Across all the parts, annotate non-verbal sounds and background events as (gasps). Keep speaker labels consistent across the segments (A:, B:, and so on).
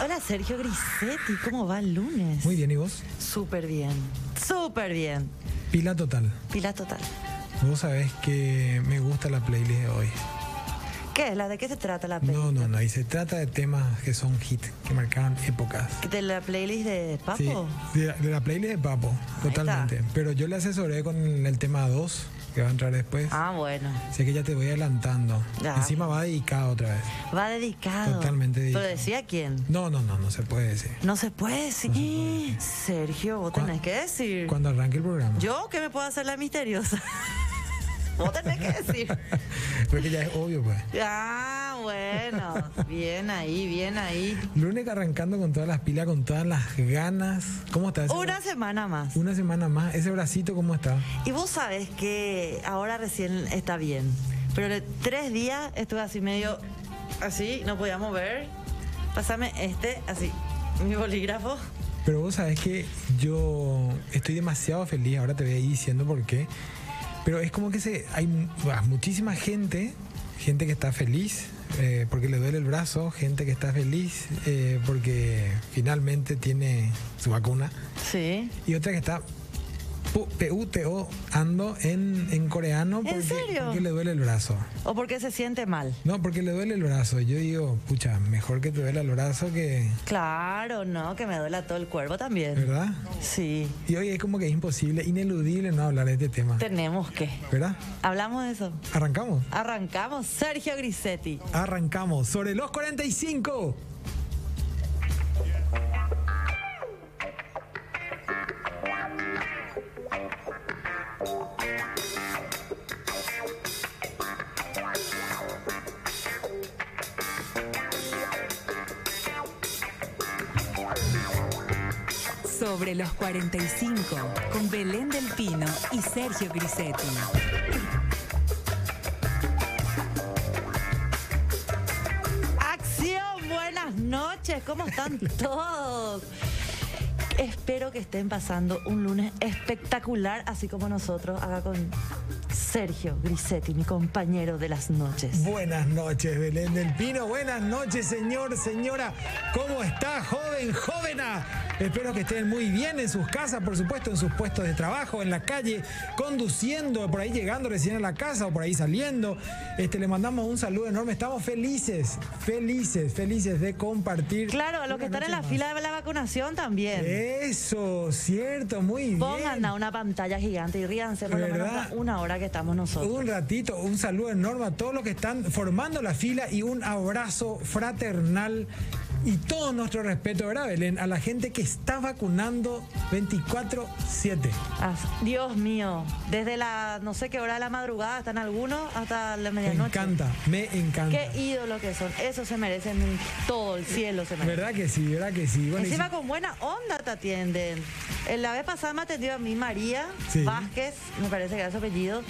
A: Hola Sergio Grisetti, ¿cómo va el lunes?
B: Muy bien, ¿y vos?
A: Súper bien, súper bien.
B: Pila total.
A: Pila total.
B: Vos sabés que me gusta la playlist de hoy.
A: ¿Qué es la de qué se trata la playlist?
B: No, no, no. Y se trata de temas que son hit, que marcaron épocas.
A: ¿De la playlist de Papo?
B: Sí, de, la- de la playlist de Papo, totalmente. Pero yo le asesoré con el tema 2, que va a entrar después.
A: Ah, bueno.
B: Sé que ya te voy adelantando.
A: Ya.
B: Encima va dedicado otra vez.
A: Va dedicado.
B: Totalmente dedicado.
A: ¿Pero decía quién?
B: No, no, no, no se puede decir.
A: No se puede decir. Sergio, vos
B: ¿Cuá-
A: tenés que decir.
B: Cuando arranque el programa.
A: ¿Yo que me puedo hacer la misteriosa? (laughs) vos tenés que decir.
B: (laughs) Porque ya es obvio, pues.
A: Ah, bueno. Bien ahí, bien ahí.
B: Lunes arrancando con todas las pilas, con todas las ganas. ¿Cómo estás?
A: Una semana más.
B: Una semana más. Ese bracito, ¿cómo está?
A: Y vos sabes que ahora recién está bien, pero le- tres días estuve así medio, así, no podía mover. Pásame este, así, mi bolígrafo.
B: Pero vos sabés que yo estoy demasiado feliz, ahora te voy a ir diciendo por qué. Pero es como que se, hay bah, muchísima gente, gente que está feliz eh, porque le duele el brazo, gente que está feliz eh, porque finalmente tiene su vacuna.
A: Sí.
B: Y otra que está pu- PUTO ando en, en coreano
A: ¿En
B: porque,
A: serio?
B: porque le duele el brazo.
A: O porque se siente mal.
B: No, porque le duele el brazo. Yo digo, pucha, mejor que te duela el brazo que...
A: Claro, no, que me duela todo el cuerpo también.
B: ¿Verdad?
A: Sí,
B: Y hoy es como que es imposible, ineludible no hablar de este tema.
A: tenemos que.
B: ¿Verdad?
A: Hablamos de eso.
B: Arrancamos.
A: Arrancamos, Sergio Grisetti.
B: Arrancamos sobre los 45.
C: Sobre los 45, con Belén del Pino y Sergio Grisetti.
A: Acción, buenas noches, ¿cómo
C: (laughs)
A: están todos? Espero que estén pasando un lunes espectacular, así como nosotros, acá con Sergio Grisetti, mi compañero de las noches.
B: Buenas noches, Belén del Pino. Buenas noches, señor, señora. ¿Cómo está, joven, jovena? Espero que estén muy bien en sus casas, por supuesto, en sus puestos de trabajo, en la calle, conduciendo, por ahí llegando recién a la casa o por ahí saliendo. Este, le mandamos un saludo enorme. Estamos felices, felices, felices de compartir.
A: Claro, a los que
B: una
A: están en la
B: noche más.
A: fila de la vacunación también.
B: Eso, cierto, muy
A: Pongan
B: bien.
A: a una pantalla gigante y ríanse por lo menos
B: ¿Verdad? Uh.
A: la una hora que estamos nosotros.
B: Un ratito, un saludo enorme a todos los que están formando la fila y un abrazo fraternal y todo nuestro respeto, ¿verdad, Belén? A la gente que está vacunando 24-7.
A: Ah, Dios mío, desde la no sé qué hora de la madrugada están algunos hasta la
B: Me
A: medianoche.
B: encanta, me encanta.
A: Qué ídolos que son, eso se merecen todo el cielo, se merecen.
B: ¿Verdad que sí? ¿Verdad que sí? Bueno, y
A: Encima
B: si-
A: con buena onda te atienden. Eh, La vez pasada me atendió a mí María
B: Sí.
A: Vázquez, me parece que era su apellido.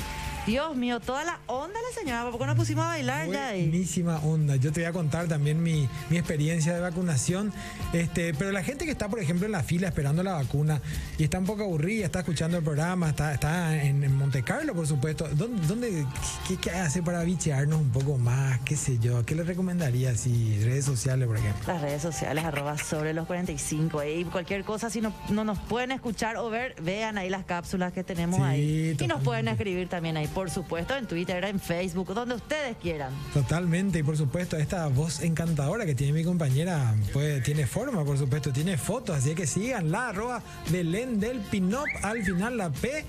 A: Dios mío, toda la onda la señora, ¿por qué nos pusimos a bailar ya ahí?
B: Buenísima onda. Yo te voy a contar también mi, mi experiencia de vacunación. Este, pero la gente que está, por ejemplo, en la fila esperando la vacuna y está un poco aburrida, está escuchando el programa, está, está en, en Monte Carlo, por supuesto. ¿Dónde, dónde- qué, qué hace para bichearnos un poco más? ¿Qué sé yo? ¿Qué le recomendaría si redes sociales, por ejemplo?
A: Las redes sociales, arroba sobre los 45. Y cualquier cosa, si no, no nos pueden escuchar o ver, vean ahí las cápsulas que tenemos
B: Sí,
A: ahí. Y nos
B: totalmente.
A: pueden escribir también ahí, por supuesto, en Twitter, en Facebook, donde ustedes quieran.
B: Totalmente, y por supuesto, esta voz encantadora que tiene mi compañera, pues tiene forma, por supuesto, tiene fotos, así que síganla, arroba Belén del Pinop, al final la P,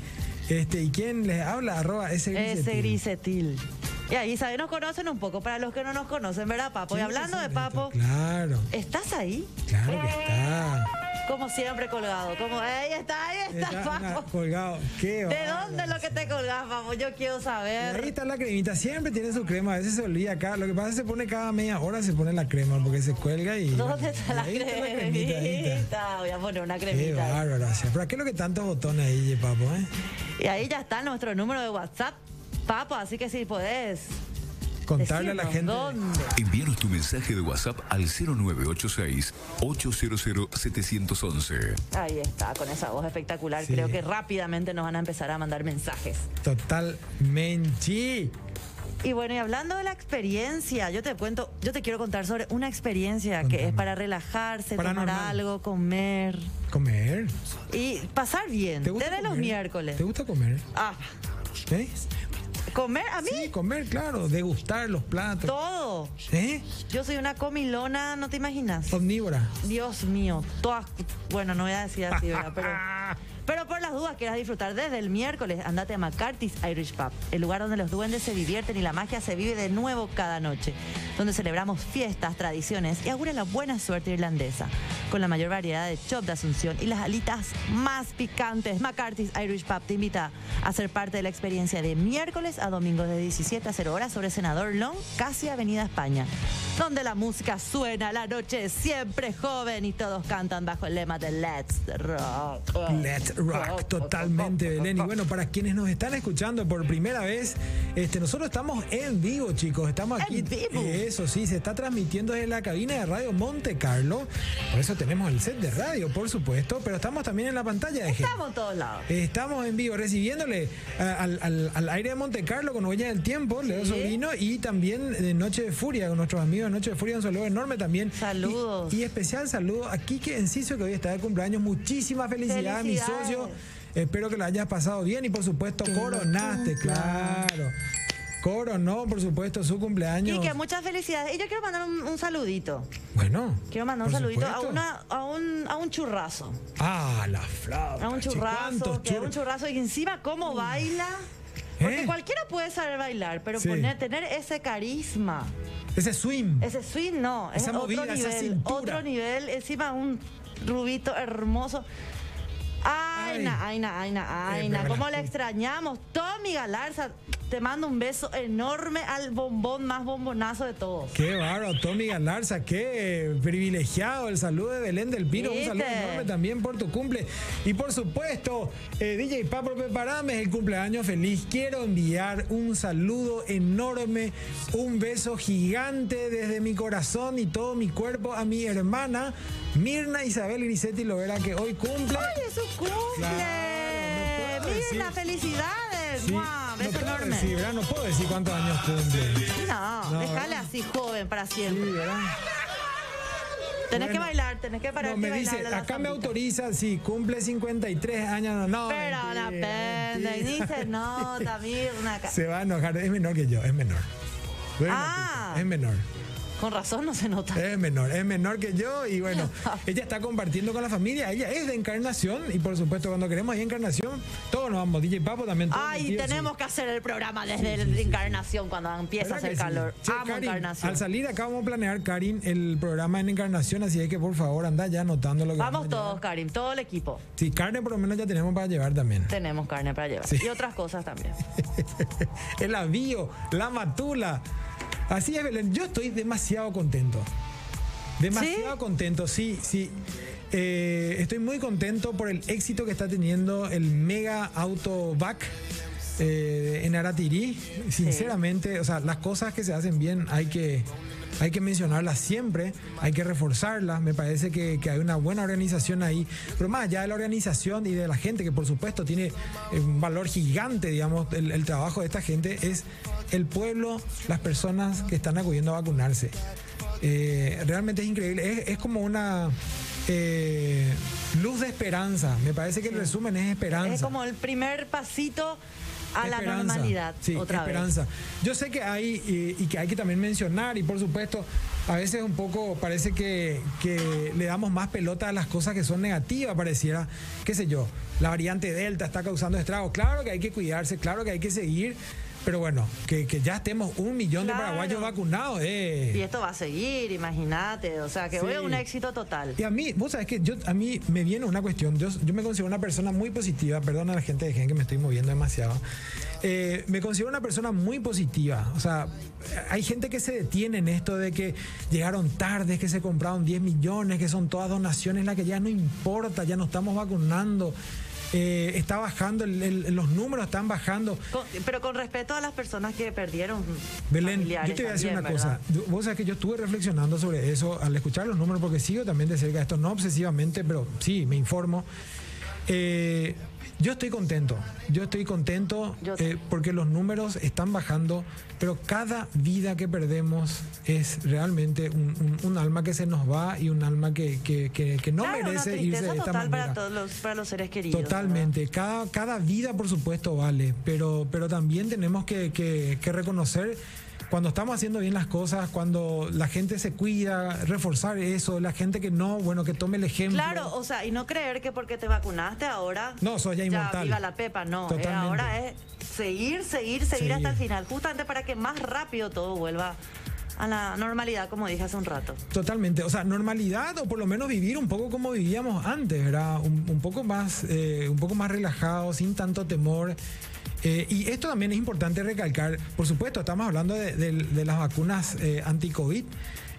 B: este, y quién les habla, arroba ese grisetín.
A: Ese grisetil. Y ahí, ¿sabes? Nos conocen un poco, para los que no nos conocen, ¿verdad, Papo? Y
B: Sí,
A: hablando de
B: sí,
A: Papo, Eh.
B: Claro,
A: ¿estás ahí?
B: claro que está.
A: Como siempre colgado, como ahí está, ahí (laughs) está,
B: Está na-
A: papo.
B: colgado, qué
A: ¿De
B: bárbaro.
A: dónde es lo que te colgas, papo? Yo quiero
B: Ahí
A: saber.
B: está la cremita, siempre tiene su crema, a veces se olvida acá, lo que pasa es que se pone cada media hora, se pone la crema porque se cuelga y...
A: ¿Dónde está la
B: Ahí cremita, ahí está.
A: cremita? Voy a poner una
B: Qué
A: cremita. ahí.
B: bárbaro, o sea, ¿para qué lo que tantos botones ahí, papo, eh?
A: Y ahí ya está nuestro número de WhatsApp, papo, así que si podés.
B: Contarle a la
A: decirnos
B: gente.
A: ¿Dónde?
D: Envíanos tu mensaje de WhatsApp al 0986 800 711.
A: Ahí está, con esa voz espectacular.
B: Sí.
A: Creo que rápidamente nos van a empezar a mandar mensajes.
B: Totalmente.
A: Y bueno, y hablando de la experiencia, yo te cuento, yo te quiero contar sobre una experiencia que es
B: Contame.
A: para relajarse,
B: Paranormal.
A: tomar algo, comer
B: Comer.
A: y pasar bien.
B: ¿Te gusta
A: Desde los
B: comer?
A: miércoles.
B: ¿Te gusta comer?
A: Ah,
B: ¿Eh?
A: comer a mí
B: Sí, comer, claro. Degustar los platos.
A: todo.
B: ¿Eh?
A: Yo soy una comilona, no te imaginas.
B: Omnívora.
A: Dios mío, todas, bueno, no voy a decir
B: (laughs)
A: así, ¿verdad? Pero, pero por las dudas quieras disfrutar desde el miércoles, andate a McCarthy's Irish Pub, el lugar donde los duendes se divierten y la magia se vive de nuevo cada noche, donde celebramos fiestas, tradiciones y augura la buena suerte irlandesa, con la mayor variedad de chop de Asunción y las alitas más picantes. McCarthy's Irish Pub te invita a ser parte de la experiencia de miércoles a domingo de 17 a 0 horas sobre Senador Long, casi Avenida España donde la música suena, la noche es siempre joven y todos cantan bajo el lema de Let's Rock.
B: Let's rock, totalmente Belén. Y bueno, para quienes nos están escuchando por primera vez, este, nosotros estamos en vivo, chicos. Estamos aquí.
A: En vivo.
B: Eso sí, se está transmitiendo desde la cabina de radio Monte Carlo. Por eso tenemos el set de radio, por supuesto. Pero estamos también en la pantalla de G.
A: Estamos en todos lados.
B: Estamos en vivo recibiéndole a- al, al- al aire de Monte Carlo con Huella del Tiempo, Leo Sobrino, y también de Noche de Furia con nuestros amigos de Noche de Furia. Un saludo enorme también.
A: Saludos.
B: Y, y especial saludo a Quique Enciso, que hoy está de cumpleaños. Muchísimas felicidades, a mi
A: Felicidades.
B: socio. Espero que lo hayas pasado bien y, por supuesto, coronaste, claro. Coronó, por supuesto, su cumpleaños.
A: Quique, muchas felicidades. Y yo quiero mandar un, un saludito.
B: Bueno.
A: Quiero mandar un
B: por
A: saludito a,
B: supuesto.
A: una, a, un, a un churrazo.
B: Ah, la flauta.
A: A un
B: chico,
A: churrazo,
B: ¿cuántos
A: que es un
B: churros?
A: churrazo. Y encima, cómo baila. Porque
B: ¿Eh?
A: cualquiera puede saber bailar, pero
B: Sí.
A: poner, tener ese carisma,
B: Ese swim.
A: ese swing, no. Es
B: Esa
A: otro
B: movida, esa
A: nivel.
B: cintura.
A: Otro nivel. Encima, un rubito hermoso. Ay,
B: Ay.
A: na, ay, na, ay, na, ay,
B: Eh,
A: na.
B: pero
A: ¿Cómo
B: la-
A: le extrañamos? Tommy Galarza, te mando un beso enorme al bombón más bombonazo de todos.
B: Qué bárbaro, Tommy Galarza, qué privilegiado. El saludo de Belén del Pino, un
A: ¿Viste?
B: saludo enorme también por tu cumple. Y por supuesto, eh, DJ Pablo Preparames, el cumpleaños feliz. Quiero enviar un saludo enorme, un beso gigante desde mi corazón y todo mi cuerpo a mi hermana Mirna Isabel Grisetti Lovera, que hoy cumple.
A: ¡Ay, es su cumple!
B: Claro, no puedo
A: Miren
B: decir-
A: las felicidades.
B: Sí,
A: ¡Mua!
B: no
A: Beso
B: puedo
A: enorme.
B: decir, ¿verdad? no puedo decir cuántos años cumple.
A: No,
B: No,
A: déjale
B: ¿verdad?
A: así joven para siempre.
B: Sí, ¿verdad?
A: tenés que
B: bueno.
A: bailar, tenés que parar.
B: No, me dice, acá me autoriza, si cumple 53 años, no, no.
A: Pero la
B: mentira,
A: pende, y
B: mentira.
A: dice, no,
B: (laughs)
A: Mirna. acá.
B: Se va a enojar, es menor que yo, es menor. Bueno,
A: Ah.
B: Es menor,
A: Con razón no se nota.
B: es menor, es menor que yo
A: (laughs)
B: y bueno, ella está compartiendo con la familia, ella es de Encarnación y por supuesto cuando queremos ir a Encarnación, todos nos vamos, DJ Papo también. todos mis
A: Ay,
B: tíos,
A: tenemos que hacer el programa desde la Encarnación cuando empieza a
B: ¿Verdad que
A: hacer
B: sí?
A: calor.
B: Che,
A: Amo
B: Karin,
A: Encarnación.
B: Al salir acá vamos a planear, Karin, el programa en Encarnación, así es que por favor anda ya anotando lo que
A: Vamos
B: a
A: todos,
B: llevar.
A: Karim, todo el equipo.
B: Sí, carne por lo menos ya tenemos para llevar también.
A: Tenemos carne para llevar.
B: Sí.
A: Y otras cosas también.
B: (laughs) el avío, la matula. Así es, Belén. Yo estoy demasiado contento. Demasiado
A: ¿Sí?
B: contento, sí, sí. Eh, estoy muy contento por el éxito que está teniendo el mega auto back. eh, en Aratirí, sinceramente, o sea, las cosas que se hacen bien hay que, hay que mencionarlas siempre, hay que reforzarlas, me parece que, que hay una buena organización ahí, pero más allá de la organización y de la gente, que por supuesto tiene eh, un valor gigante, digamos, el, el trabajo de esta gente, es el pueblo, las personas que están acudiendo a vacunarse. Eh, realmente es increíble, es, es como una eh, luz de esperanza, me parece que el resumen es esperanza.
A: Es como el primer pasito a la
B: Esperanza.
A: normalidad.
B: Sí,
A: otra
B: esperanza. Yo sé que hay eh, y que hay que también mencionar y por supuesto a veces un poco parece que, que le damos más pelota a las cosas que son negativas, pareciera, qué sé yo, la variante Delta está causando estragos. Claro que hay que cuidarse, claro que hay que seguir, pero bueno, que, que ya estemos un millón de
A: Claro.
B: paraguayos vacunados. eh.
A: vez. Y esto va a seguir, imagínate. O sea, que
B: Sí.
A: hoy es un éxito total.
B: Y a mí, vos sabés que yo, a mí me viene una cuestión. Yo, yo me considero una persona muy positiva. Perdona a la gente de Gen que me estoy moviendo demasiado. Eh, me considero una persona muy positiva. O sea, hay gente que se detiene en esto de que llegaron tarde, que se compraron 10 millones, que son todas donaciones, la que ya no importa, ya no estamos vacunando. Eh, está bajando, el- el- los números están bajando.
A: Con- pero con respeto a las personas que perdieron.
B: Belén, yo
A: familiares
B: te voy a decir
A: también,
B: una cosa.
A: ¿verdad?
B: Yo- Vos sabés que yo estuve reflexionando sobre eso al escuchar los números, porque sigo también de cerca esto, no obsesivamente, pero sí, me informo. Eh, yo estoy contento, yo estoy contento
A: Yo
B: eh,
A: también.
B: porque los números están bajando, pero cada vida que perdemos es realmente un, un- un alma que se nos va y un alma que, que- que- que no
A: claro, una
B: merece irse de
A: tristeza
B: esta
A: total para
B: manera.
A: todos los, para los seres queridos. ¿verdad?
B: Totalmente, cada, cada vida por supuesto vale, pero, pero también tenemos que, que- que reconocer cuando estamos haciendo bien las cosas, cuando la gente se cuida, reforzar eso, la gente que no, bueno, que tome el ejemplo.
A: Claro, o sea, y no creer que porque te vacunaste ahora.
B: No, sos ya inmortal.
A: viva la pepa, no. eh,
B: Totalmente.
A: ahora es seguir, seguir, seguir
B: Seguir.
A: hasta el final, justamente para que más rápido todo vuelva a la normalidad, como dije hace un rato.
B: Totalmente, o sea, normalidad o por lo menos vivir un poco como vivíamos antes, ¿verdad? Un, un poco más, eh, un poco más relajado, sin tanto temor. Eh, y esto también es importante recalcar, por supuesto, estamos hablando de, de- de las vacunas eh, anti-COVID,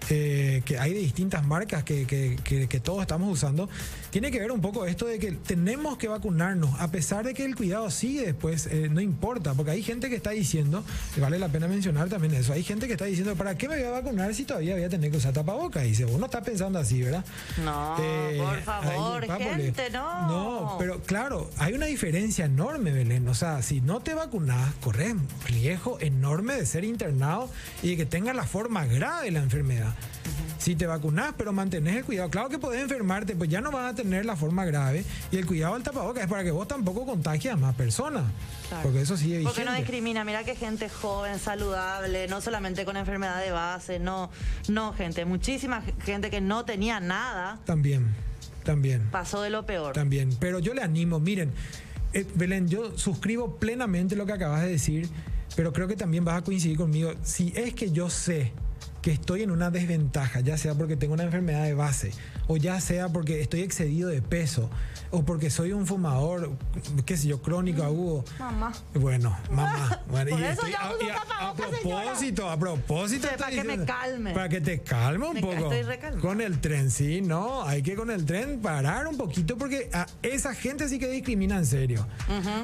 B: eh, que hay de distintas marcas que, que- que- que todos estamos usando. Tiene que ver un poco esto de que tenemos que vacunarnos, a pesar de que el cuidado sigue después, eh, no importa, porque hay gente que está diciendo, y vale la pena mencionar también eso, hay gente que está diciendo, ¿para qué me voy a vacunar si todavía voy a tener que usar tapabocas? Y dice, uno está pensando así, ¿verdad?
A: No, Ah, por favor,
B: ay, papole.
A: gente, no.
B: Eh, No, pero claro, hay una diferencia enorme, Belén. O sea, si no te vacunas, corres riesgo enorme de ser internado y de que tengas la forma grave de la enfermedad. Si te vacunás, pero mantenés el cuidado, claro que podés enfermarte, pues ya no vas a tener la forma grave. Y el cuidado del tapabocas es para que vos tampoco contagies a más personas.
A: Claro.
B: Porque eso sigue vigente.
A: Porque no discrimina, mira que gente joven, saludable, no solamente con enfermedad de base, no, no gente, muchísima gente que no tenía nada
B: También, también.
A: pasó de lo peor.
B: También, pero yo le animo, miren, eh, Belén, yo suscribo plenamente lo que acabas de decir, pero creo que también vas a coincidir conmigo. Si es que yo sé que estoy en una desventaja, ya sea porque tengo una enfermedad de base, o ya sea porque estoy excedido de peso, o porque soy un fumador, qué sé yo, crónico, agudo.
A: Mm, Mamá.
B: Bueno,
A: (laughs)
B: mamá. bueno,
A: Por eso ya
B: a-
A: uso
B: y a, a
A: tapabocas,
B: propósito, a propósito.
A: Sí,
B: estoy
A: para que me
B: diciendo-
A: calme.
B: Para que te calme un
A: Me ca-
B: poco.
A: estoy recalmada.
B: Con el tren, sí, no. Hay que con el tren parar un poquito porque a esa gente sí que discrimina en serio.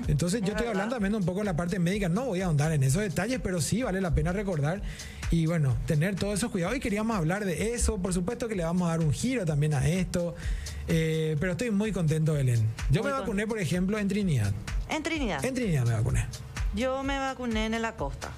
B: Entonces yo estoy
A: verdad.
B: hablando también un poco de la parte médica. No voy a ahondar en esos detalles, pero sí vale la pena recordar y bueno, tener todos esos cuidados. Y queríamos hablar de eso. Por supuesto que le vamos a dar un giro también a esto. Eh, pero estoy muy contento, Belén. Yo
A: Muy
B: me vacuné, por ejemplo, en Trinidad.
A: En Trinidad,
B: En Trinidad me vacuné.
A: yo me vacuné en la costa.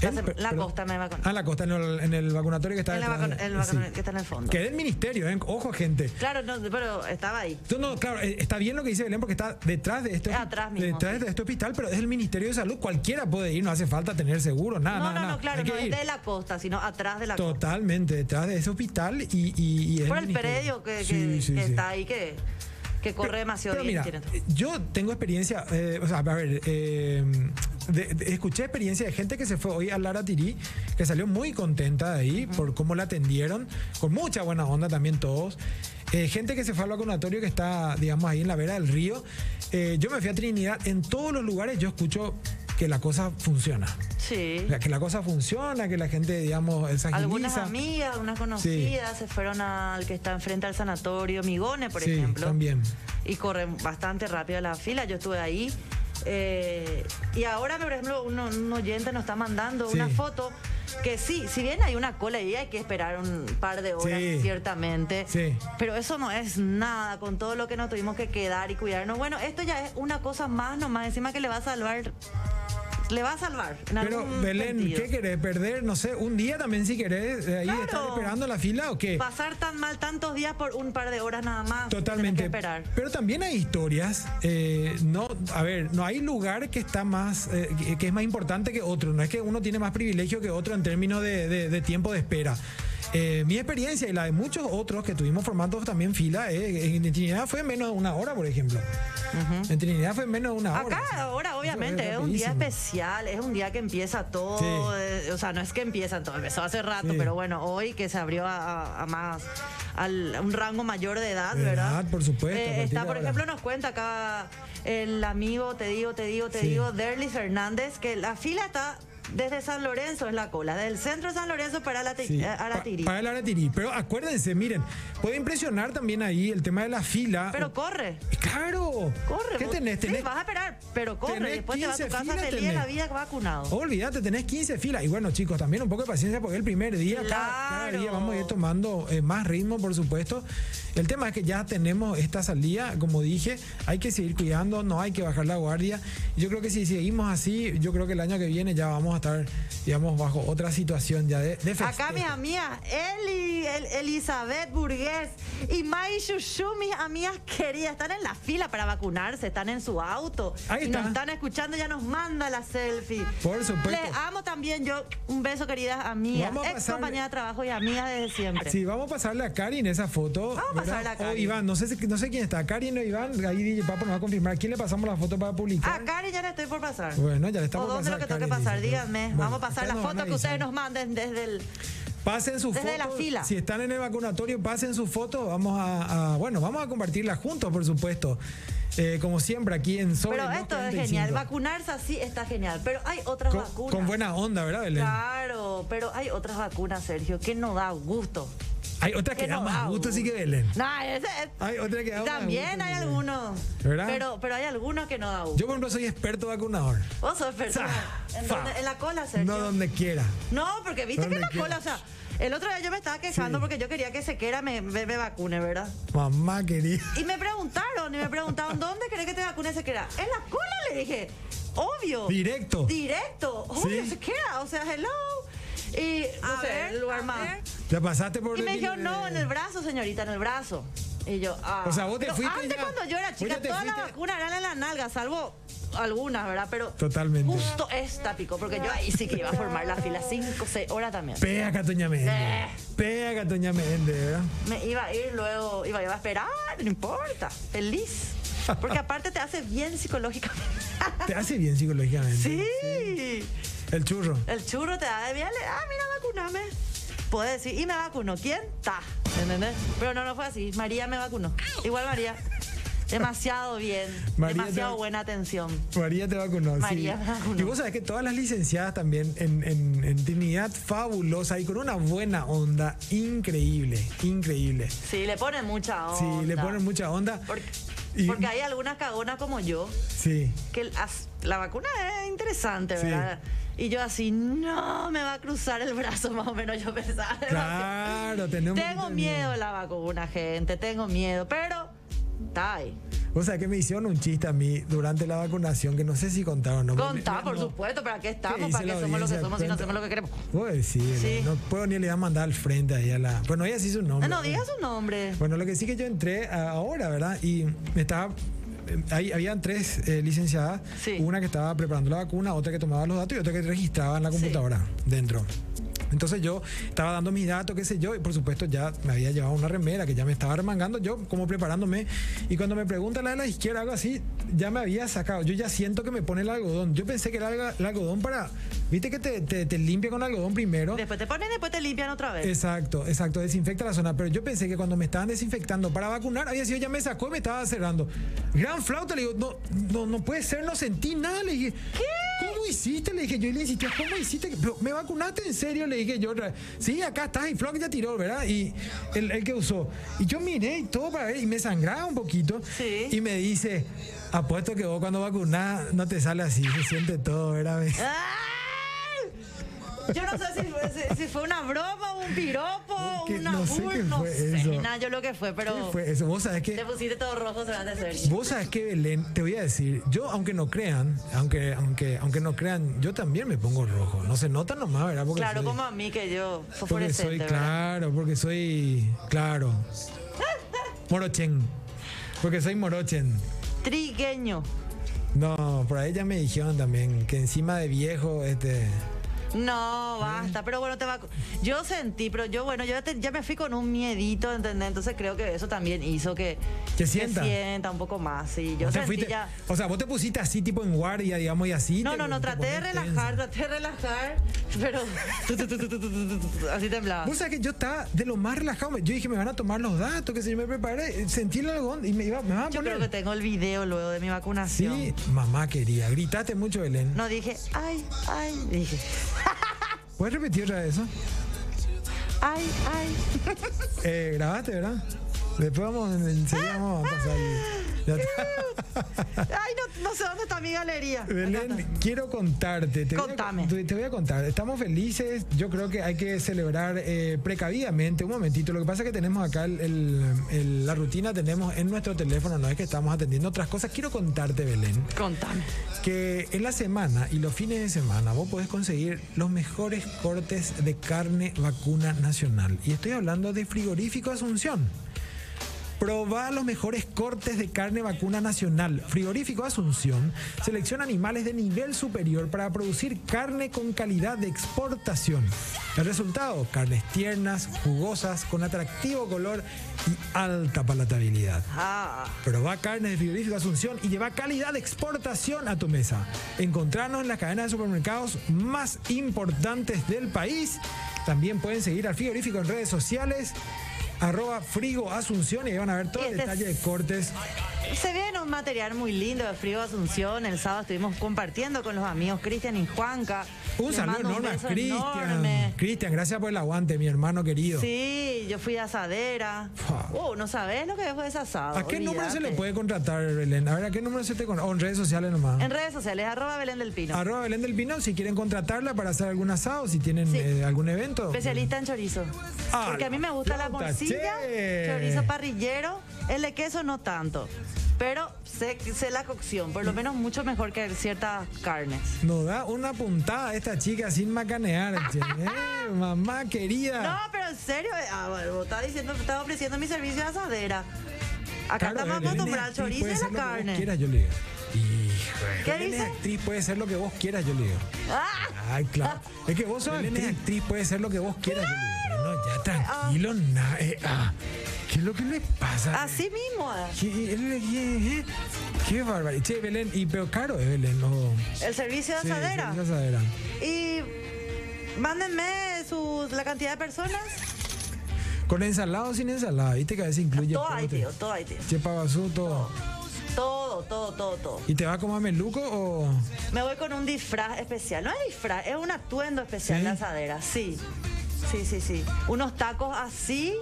A: La,
B: En-
A: sem- la
B: pero-
A: costa me vacuné.
B: Ah, la costa, en el, en el vacunatorio que está
A: En la
B: detrás
A: vacuna-
B: de-
A: el vacunatorio
B: sí.
A: que está en el fondo.
B: Que del ministerio, ¿eh? Ojo, gente.
A: Claro, no, pero estaba ahí.
B: Tú no, claro, eh, está bien lo que dice Belén porque está detrás de este,
A: Es atrás mismo,
B: detrás
A: sí.
B: de este hospital, pero es el Ministerio de Salud. Cualquiera puede ir, no hace falta tener seguro, nada,
A: No,
B: nada.
A: no,
B: nada.
A: no, claro,
B: Ah, Hay que
A: no
B: ir
A: es de la costa, sino atrás de la costa.
B: Totalmente, detrás de ese hospital y. y, y
A: Por el
B: ministerio.
A: predio que, que-
B: Sí, sí,
A: que
B: sí.
A: está ahí, que, que corre demasiado
B: Pero
A: bien.
B: mira,
A: tiene todo.
B: yo tengo experiencia, eh, o sea, a ver, eh, de- de- escuché experiencia de gente que se fue hoy a Lara Tirí, que salió muy contenta de ahí por cómo la atendieron, con mucha buena onda también todos. Eh, gente que se fue al vacunatorio que está, digamos, ahí en la vera del río. Eh, yo me fui a Trinidad, en todos los lugares yo escucho que la cosa funciona.
A: sí.
B: O sea, que la cosa funciona, que la gente, digamos, se
A: Algunas
B: agiliza.
A: amigas, unas conocidas se fueron al que está enfrente al sanatorio Migone, por
B: Sí,
A: ejemplo.
B: también.
A: Y corren bastante rápido la fila. Yo estuve ahí. eh, y ahora, por ejemplo, uno- un oyente nos está mandando
B: Sí.
A: una foto que sí, si bien hay una cola y hay que esperar un par de horas,
B: Sí.
A: ciertamente.
B: Sí.
A: Pero eso no es nada con todo lo que nos tuvimos que quedar y cuidarnos. Bueno, esto ya es una cosa más nomás, encima que le va a salvar. Le va a salvar. en
B: Pero
A: algún
B: Belén,
A: sentido.
B: ¿qué querés? ¿Perder, no sé, un día también si querés? eh, ahí
A: Claro.
B: estar esperando la fila o qué?
A: pasar tan mal tantos días por un par de horas nada más.
B: Totalmente.
A: Tienes que esperar.
B: Pero también hay historias. eh, no, a ver, no hay lugar que está más, eh, que- que es más importante que otro. No es que uno tiene más privilegio que otro en términos de, de- de tiempo de espera. Eh, mi experiencia y la de muchos otros que tuvimos formando también fila, eh, en Trinidad fue menos de una hora, por ejemplo. En Trinidad fue menos de una hora.
A: Acá ahora
B: Eso
A: obviamente es un día
B: rapidísimo.
A: especial, es un día que empieza todo,
B: Sí.
A: eh, o sea, no es que empieza todo, empezó hace rato,
B: Sí.
A: pero bueno, hoy que se abrió a, a- a más, al- a un rango mayor de edad,
B: De
A: ¿verdad? Eh,
B: edad, por supuesto, a partir
A: está,
B: de
A: por
B: ahora.
A: ejemplo, nos cuenta acá el amigo, te digo, te digo, te
B: Sí.
A: digo, Derlis Fernández, que la fila está Desde San Lorenzo es la cola, del centro de San Lorenzo para eh, la
B: Sí, pa-
A: Aratirí.
B: para el Aratiri. Pero acuérdense, miren, puede impresionar también ahí el tema de la fila.
A: Pero corre,
B: claro.
A: corre.
B: ¿Qué
A: vos-
B: tenés?
A: sí,
B: Tenés-
A: vas a esperar, pero corre.
B: tenés
A: Después te vas a tu
B: 15
A: casa
B: filas
A: feliz de la
B: tenés.
A: vida vacunado.
B: Olvídate, tenés 15 filas. Y bueno, chicos, también un poco de paciencia porque el primer día, cada, cada
A: Claro.
B: día vamos a ir tomando eh, más ritmo, por supuesto. El tema es que ya tenemos esta salida, como dije, hay que seguir cuidando, no hay que bajar la guardia. Yo creo que si seguimos así, yo creo que el año que viene ya vamos a estar, digamos, bajo otra situación ya de, de
A: Acá
B: festejo.
A: mis amigas, Eli, El- Elizabeth Burgués y Mai Shushu, mis amigas queridas, están en la fila para vacunarse, están en su auto. y
B: Ahí está.
A: nos están escuchando, ya nos manda la selfie.
B: Por supuesto.
A: Les amo también yo. Un beso, queridas amigas,
B: Vamos a
A: ex
B: pasar-
A: compañera de trabajo y amigas desde siempre.
B: Sí, vamos a pasarle a Karin esa foto.
A: Vamos a
B: ¿verdad?
A: pasarle a
B: O
A: Karin.
B: Iván, no sé, si- no sé quién está. Karin o Iván, ahí DJ Papo nos va a confirmar. ¿A quién le pasamos la foto para publicar?
A: A Cari ya le estoy por pasar.
B: Bueno, ya le estamos
A: ¿O dónde
B: pasando
A: lo que
B: a
A: tengo que
B: Karin,
A: pasar?
B: dice, pero-
A: Díganme.
B: bueno,
A: vamos a pasar
B: acá
A: la
B: nos van
A: foto que ustedes
B: avisando.
A: nos manden desde el.
B: Pasen sus
A: Desde
B: fotos.
A: la fila.
B: Si están en el vacunatorio, pasen sus fotos. Vamos a, a- bueno, vamos a compartirla juntos, por supuesto. Eh, como siempre aquí en Sobre
A: Pero
B: Los
A: esto es
B: 45.
A: genial. Vacunarse así está genial. Pero hay otras
B: con,
A: vacunas.
B: con buena onda, ¿verdad, Belén?
A: Claro, pero hay otras vacunas, Sergio, que no da gusto.
B: Hay otra que
A: Que
B: da
A: no
B: más
A: da
B: gusto, sí que
A: gusto.
B: Belén.
A: Nah, ese es-
B: Hay otra que da más
A: También
B: gusto,
A: hay
B: Belén.
A: algunos.
B: ¿Verdad?
A: Pero, pero hay algunos que no da gusto.
B: Yo, por ejemplo, soy experto vacunador.
A: Vos sos persona.
B: Sa,
A: ¿En,
B: fa.
A: dónde- en la cola, Sergio.
B: No donde quiera.
A: No, porque viste que
B: ¿Dónde
A: en la
B: queda?
A: cola, o sea, el otro día yo me estaba quejando
B: Sí.
A: porque yo quería que se quiera me, me- me vacune, ¿verdad?
B: Mamá querida.
A: Y me preguntaron, y me preguntaron, ¿dónde querés que te vacune se queda? En la cola le dije, obvio.
B: Directo.
A: Directo, obvio,
B: Sí.
A: se queda, o sea, hello. Y no
C: A
A: sé,
C: ver,
A: el lugar
C: a
A: más.
C: ver.
B: ¿La pasaste por
A: Y me
B: el-
A: dijeron, no, en el brazo, señorita, en el brazo. Y yo, ah.
B: O sea, vos te
A: Pero
B: fuiste
A: Antes,
B: ya.
A: cuando yo era
B: Vos
A: chica,
B: ya te
A: todas las
B: fuiste.
A: vacunas eran en la nalga, salvo algunas, ¿verdad? Pero.
B: Totalmente.
A: Justo esta picó, porque yo ahí sí que iba a formar la fila 5, 6 horas también.
B: Pea Catoña Menéndez. Pea Catoña Menéndez, ¿verdad?
A: Me iba a ir luego, iba, iba a esperar, no importa, feliz. Porque aparte te hace bien psicológicamente. (laughs)
B: Te hace bien psicológicamente.
A: sí.
B: El churro.
A: El churro te da de bien, le- ah, mira, vacuname. Puedes decir, y me vacunó. ¿Quién? Ta. ¿Entendés? Pero no, no fue así. María me vacunó. Igual María. Demasiado bien.
B: María
A: demasiado
B: te-
A: buena atención.
B: María te vacunó. sí.
A: María me vacunó.
B: Y vos sabés que todas las licenciadas también en, en, en Trinidad, fabulosa y con una buena onda, increíble, increíble.
A: Sí, le ponen mucha
B: Sí,
A: onda.
B: le ponen mucha onda.
A: Porque,
B: Y-
A: porque hay algunas cagonas como yo (laughs)
B: Sí.
A: que el as- la vacuna es interesante,
B: Sí.
A: ¿verdad? Y yo así, no, me va a cruzar el brazo (laughs) más o menos, yo pensaba.
B: Claro, tenemos.
A: (laughs) Tengo miedo a la vacuna, gente, tengo miedo, pero está ahí.
B: O sea, que me hicieron un chiste a mí durante la vacunación que no sé si contaron o no.
A: Contá,
B: Me-
A: por
B: no.
A: supuesto, ¿para qué
B: ¿Qué
A: estamos?
B: dice
A: ¿Para qué
B: la
A: somos lo que
B: audiencia?
A: somos si no
B: Cuenta.
A: hacemos lo que queremos?
B: Puedo decir,
A: Sí.
B: no puedo ni le voy a mandar al frente ahí a la. Bueno, ella sí su
A: No,
B: nombre.
A: no
B: bueno.
A: diga su nombre.
B: Bueno, lo que sí que yo entré a- ahora, ¿verdad? Y me estaba. eh, Ahí habían tres eh, licenciadas.
A: Sí.
B: Una que estaba preparando la vacuna, otra que tomaba los datos y otra que registraba en la computadora dentro. Entonces yo estaba dando mis datos, qué sé yo, y por supuesto ya me había llevado una remera que ya me estaba remangando yo, como preparándome. Y cuando me pregunta la de la izquierda, algo así, ya me había sacado. Yo ya siento que me pone el algodón. Yo pensé que era alga- el algodón para. Viste que te, te, te limpia con algodón primero.
A: Después te ponen, después te limpian otra vez.
B: Exacto, exacto, desinfecta la zona. Pero yo pensé que cuando me estaban desinfectando para vacunar, había sido, ya me sacó y me estaba cerrando. Gran flauta, le digo, no, no, no puede ser, no sentí nada. Le dije, ¿qué? ¿Cómo hiciste? Le dije, yo y le insistía, ¿cómo hiciste? Pero, ¿Me vacunaste en serio? Le dije yo, otra vez. sí, acá estás, y Flock ya tiró, ¿verdad? Y el, el que usó. Y yo miré y todo para ver, y me sangraba un poquito.
A: Sí.
B: Y me dice, apuesto que vos cuando vacunás no te sale así, se siente todo, ¿verdad?
A: ¡Ay! Yo no sé si fue, si- si fue una broma, un piropo,
B: Que
A: una
B: no sé
A: burla,
B: qué
A: no
B: fue
A: sé,
B: eso.
A: ni nada, yo lo que fue, pero
B: (laughs) Fue eso, vos sabés que...
A: te pusiste todo rojo, se van a hacer.
B: Vos sabes que Belén, te voy a decir, yo aunque no crean, aunque aunque aunque no crean, yo también me pongo rojo. No se nota nomás, ¿verdad? Porque
A: Claro,
B: soy,
A: como a mí que yo,
B: Pues porque soy
A: fosforescente, ¿verdad?
B: claro, porque soy claro. Morochen. Porque soy morochen.
A: Trigueño.
B: No, por ahí ya me dijeron también que encima de viejo este
A: No,
B: ¿Eh?
A: basta, pero bueno, te va. Yo sentí, pero yo, bueno, yo ya, te- ya me fui con un miedito, ¿entendés? Entonces creo que eso también hizo que.
B: Que
A: que
B: sienta.
A: sienta un poco más, sí. Yo
B: Vos te
A: sentí
B: fuiste-
A: ya.
B: O sea, vos te pusiste así tipo en guardia, digamos, y así.
A: No,
B: te-
A: no, no,
B: te
A: traté de
B: ponías tensa.
A: relajar, traté de relajar, pero. tu, tu, tu, tu, tu, tu, tu, tu, tu, (laughs) Así temblaba.
B: Vos sabés que yo estaba de lo más relajado. Yo dije, me van a tomar los datos, que si yo me preparé, sentí el algodón y me, iba, me van a
A: Yo
B: poner.
A: creo que tengo el video luego de mi vacunación.
B: Sí, mamá quería. Gritaste mucho, Belén.
A: No dije, ay, ay, dije,
B: ¿Puedes repetir otra vez eso?
A: ay,
B: (laughs)
A: ay.
B: Eh, grabaste, ¿verdad? Después vamos, enseguida vamos a pasar. el- Ya está.
A: (laughs) Ay, no, no sé dónde está mi galería. Me
B: Belén,
A: encanta.
B: quiero contarte. Te
A: Contame.
B: Voy a, te voy a contar. Estamos felices. Yo creo que hay que celebrar eh, precavidamente. Un momentito. Lo que pasa es que tenemos acá el- el- el- la rutina, tenemos en nuestro teléfono, no es que estamos atendiendo otras cosas. Quiero contarte, Belén,
A: Contame.
B: que en la semana y los fines de semana vos podés conseguir los mejores cortes de carne vacuna nacional. Y estoy hablando de Frigorífico Asunción. Probá los mejores cortes de carne vacuna nacional. Frigorífico Asunción selecciona animales de nivel superior para producir carne con calidad de exportación. El resultado, carnes tiernas, jugosas, con atractivo color y alta palatabilidad.
A: Ah,
B: Probá carnes de frigorífico Asunción y lleva calidad de exportación a tu mesa. Encontrarnos en las cadenas de supermercados más importantes del país. También pueden seguir al frigorífico en redes sociales, arroba frigo Asunción y ahí van a ver todo el
A: Este es-
B: detalle de cortes.
A: se viene un material muy lindo de Frío Asunción. El sábado estuvimos compartiendo con los amigos Cristian y Juanca.
B: Un
A: Les
B: saludo
A: mando un
B: enorme a
A: beso
B: Cristian.
A: enorme.
B: Cristian, gracias por el aguante, mi hermano querido.
A: Sí, yo fui a asadera.
B: Fua.
A: Oh, no sabés lo que dejó ese asado.
B: ¿A qué número se le
A: olvídate.
B: puede contratar, Belén? A ver, ¿a qué número se te contrata? O en redes sociales nomás.
A: En redes sociales, arroba Belén del Pino.
B: Arroba Belén del Pino, si quieren contratarla para hacer algún asado, si tienen
A: Sí.
B: eh, algún evento.
A: Especialista en chorizo.
B: Ah,
A: Porque a mí me gusta la
B: flauta,
A: morcilla,
B: che.
A: chorizo parrillero, el de queso no tanto. Pero sé, sé la cocción, por lo menos mucho mejor que ciertas carnes.
B: Nos da una puntada a esta chica sin macanear, che. (laughs) Eh, mamá
A: No,
B: querida.
A: pero en serio, eh, ah, bueno, vos estás diciendo, estás ofreciendo mi servicio de asadera. Acá estamos
B: Claro, Belén es
A: acostumbrados al chorizo
B: actriz, puede
A: y
B: ser
A: la
B: lo que vos
A: carne.
B: quieras, yo le digo. Hijo de-
A: ¿Qué
B: Belén es
A: dice?
B: actriz, puede ser lo que vos quieras, yo le digo.
A: ¡Ah!
B: Ay, (laughs) claro. Es que vos sos actriz. Ah. actriz, puede ser lo que vos quieras, yo le digo. Bueno, ya tranquilo, na- eh, ah. ¿Qué es lo que le pasa?
A: Así mismo. eh.
B: ¿Qué, eh, eh, eh? Qué barbaridad. Che, Belén, y pero caro es Belén, no.
A: El servicio de
B: Sí,
A: asadera.
B: sí, asadera.
A: Y mándenme su- la cantidad de personas.
B: Con ensalada o sin ensalada, viste que a veces incluye.
A: Todo hay,
B: pote.
A: tío, todo hay, tío.
B: Che, pavazú, todo.
A: Todo, todo, todo, todo.
B: ¿Y te vas como a Meluco o.?
A: Me voy con un disfraz especial. No es disfraz, es un atuendo especial
B: ¿Sí?
A: la asadera, sí. Sí, sí, sí. Unos tacos así.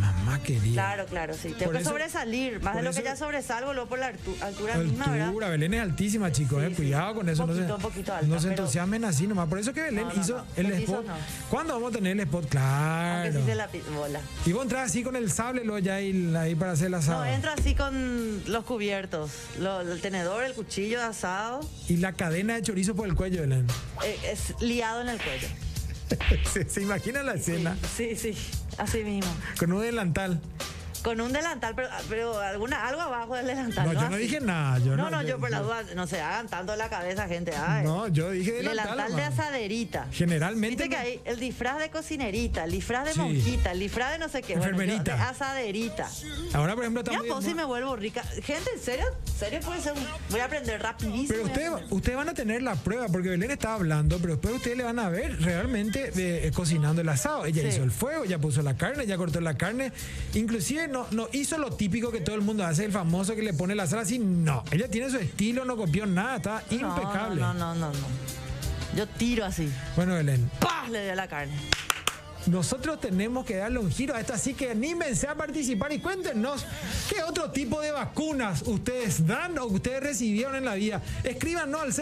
B: Mamá querida.
A: Claro, claro, sí. Tengo
B: Por
A: que
B: eso-
A: sobresalir. Más de
B: por
A: lo que
B: eso-
A: ya sobresalgo, luego por la altu- altura misma, ¿verdad?
B: Altura, Belén es altísima, chicos. eh,
A: sí.
B: Cuidado con eso. no
A: Poquito,
B: se,
A: un poquito alta,
B: no se
A: pero-
B: entusiasmen así nomás. Por eso que Belén
A: No, no,
B: hizo
A: no.
B: el
A: Petizo,
B: spot.
A: no.
B: ¿Cuándo vamos a tener el spot?
A: Aunque
B: Claro.
A: sí se la pi- bola.
B: Y vos entras así con el sable, luego ya ahí, ahí para hacer el asado.
A: No, entro así con los cubiertos. lo- el tenedor, el cuchillo de asado,
B: Y la cadena de chorizo por el cuello, Belén. (laughs)
A: eh, es liado en el cuello.
B: se, se imagina la escena.
A: Sí, sí, así mismo.
B: Con un delantal.
A: Con un delantal, pero, pero alguna, algo abajo del delantal.
B: No, yo no
A: Así.
B: dije nada. Yo
A: No, no, yo por la duda, no se hagan tanto la cabeza, gente. Ay.
B: No, yo dije delantal.
A: Delantal de
B: nomás.
A: asaderita.
B: Generalmente
A: Viste que
B: no.
A: hay el disfraz de cocinerita, el disfraz de
B: Sí.
A: monjita, el disfraz de no sé qué. Bueno, yo
B: Enfermerita.
A: de asaderita.
B: Ahora, por ejemplo, está
A: Mira
B: muy-
A: vos si pues, me vuelvo rica. Gente, ¿en serio? ¿En serio puede ser? un- Voy a aprender rapidísimo.
B: Pero
A: voy a
B: ustedes
A: aprender.
B: ustedes van a tener la prueba, porque Belén estaba hablando, pero después ustedes le van a ver realmente de- eh, cocinando el asado. Ella
A: Sí.
B: hizo el fuego, ya puso la carne, ya cortó la carne. Inclusive no, no hizo lo típico que todo el mundo hace, el famoso que le pone la sal así. No, ella tiene su estilo, no copió nada, está
A: No,
B: impecable.
A: No, no, no, no. Yo tiro así.
B: Bueno, Belén,
A: ¡Pah! Le doy a la carne.
B: nosotros tenemos que darle un giro a esto, así que anímense a participar y cuéntenos qué otro tipo de vacunas ustedes dan o que ustedes recibieron en la vida. Escríbanos al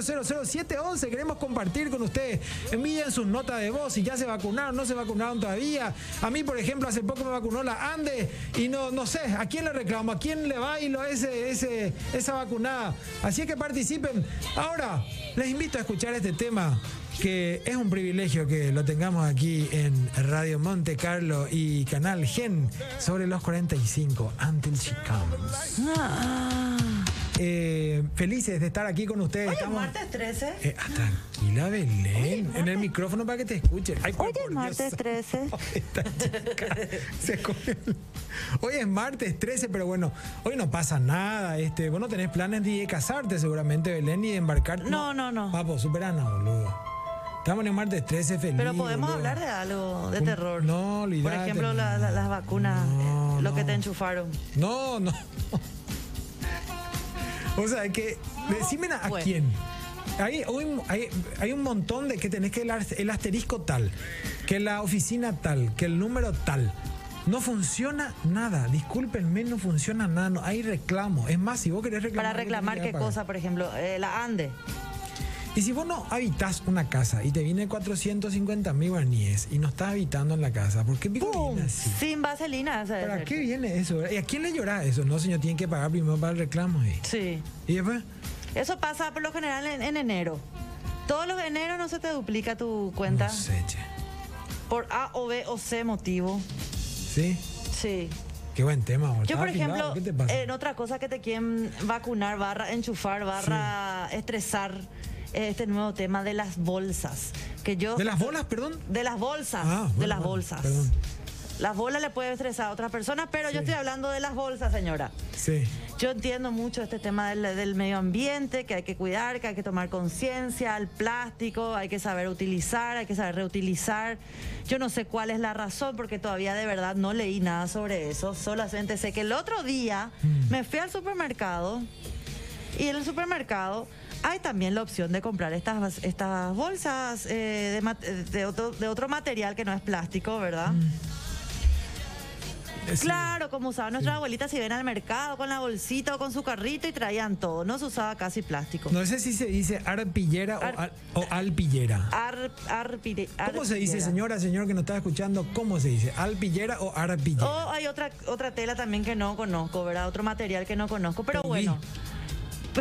B: 0986800711, queremos compartir con ustedes. Envíen sus notas de voz si ya se vacunaron, no se vacunaron todavía. A mí, por ejemplo, hace poco me vacunó la Andes y no, no sé a quién le reclamo, a quién le bailo ese, ese, esa vacunada. Así que participen. Ahora, les invito a escuchar este tema que es un privilegio que lo tengamos aquí en Radio Monte Carlo y Canal Gen sobre los 45 Until She Comes.
A: Ah,
B: eh, felices de estar aquí con ustedes.
A: Hoy es
B: Estamos-
A: martes 13.
B: Eh, ah, tranquila, Belén. En el micrófono para que te escuchen. Ay,
A: Hoy
B: por
A: es
B: Dios
A: martes
B: santo.
A: 13.
B: (laughs) Esta chica se come el- Hoy es martes 13, pero bueno, hoy no pasa nada. Este, vos no tenés planes ni de casarte seguramente, Belén, ni de embarcar.
A: No, no, no.
B: Papo, superana, boludo. Estamos en el martes 13 feliz.
A: Pero podemos
B: boluda.
A: hablar de algo de
B: Un-
A: terror.
B: no,
A: Por
B: olvídate.
A: ejemplo, la- la- las vacunas,
B: No,
A: eh, lo que
B: no.
A: te enchufaron.
B: No, (laughs) no. O sea, que decime a, a
A: Bueno.
B: quién. Hay, un- hay, hay un montón de que tenés que el, ar- el asterisco tal, que la oficina tal, que el número tal. No funciona nada. Discúlpenme, no funciona nada. No, hay reclamo. Es más, si vos querés
A: Para
B: reclamar. tenés
A: reclamar
B: que ir
A: qué
B: a pagar.
A: cosa, por ejemplo, eh, la ANDE.
B: Y si vos no habitas una casa y te viene 450 mil guaraníes y no estás habitando en la casa, ¿por qué pico
A: ¡Pum!
B: viene así?
A: Sin vaselina. esa debe
B: ¿Para
A: ser.
B: qué viene eso? ¿Y a quién le llorás eso? No, señor, tienen que pagar primero para el reclamo. eh.
A: Sí.
B: Y después,
A: Eso pasa por lo general en, en enero. Todos los eneros no se te duplica tu cuenta
B: no sé, che.
A: por A o B o C motivo.
B: Sí,
A: Sí.
B: qué buen tema. boludo.
A: Yo, por
B: Estaba
A: ejemplo,
B: afilado,
A: eh,
B: ¿qué te pasa?
A: en otra cosa que te quieren vacunar, barra enchufar, barra estresar, eh, este nuevo tema de las bolsas. Que yo,
B: ¿De las bolas, perdón?
A: de las bolsas,
B: Ah, bueno,
A: de las
B: bueno,
A: bolsas.
B: perdón.
A: Las bolas le puede estresar a otras personas, pero yo estoy hablando de las bolsas, señora.
B: Sí.
A: Yo entiendo mucho este tema del, del medio ambiente, que hay que cuidar, que hay que tomar conciencia al plástico, hay que saber utilizar, hay que saber reutilizar. Yo no sé cuál es la razón, porque todavía de verdad no leí nada sobre eso. Solamente sé que el otro día me fui al supermercado y en el supermercado hay también la opción de comprar estas, estas bolsas eh, de, mat- de otro, de otro material que no es plástico, ¿verdad?
B: Eh, sí.
A: Claro, como usaba nuestra abuelita, si ven al mercado con la bolsita o con su carrito y traían todo. No se usaba casi plástico.
B: No sé si se dice arpillera o
A: Ar-
B: al- o, alpillera.
A: Ar- arpide-
B: ¿Cómo se dice,
A: arpillera.
B: señora, señor que nos está escuchando? ¿Cómo se dice? ¿Alpillera o arpillera?
A: O hay otra, otra tela también que no conozco, ¿verdad? Otro material que no conozco, pero
B: Tubí.
A: bueno. (laughs)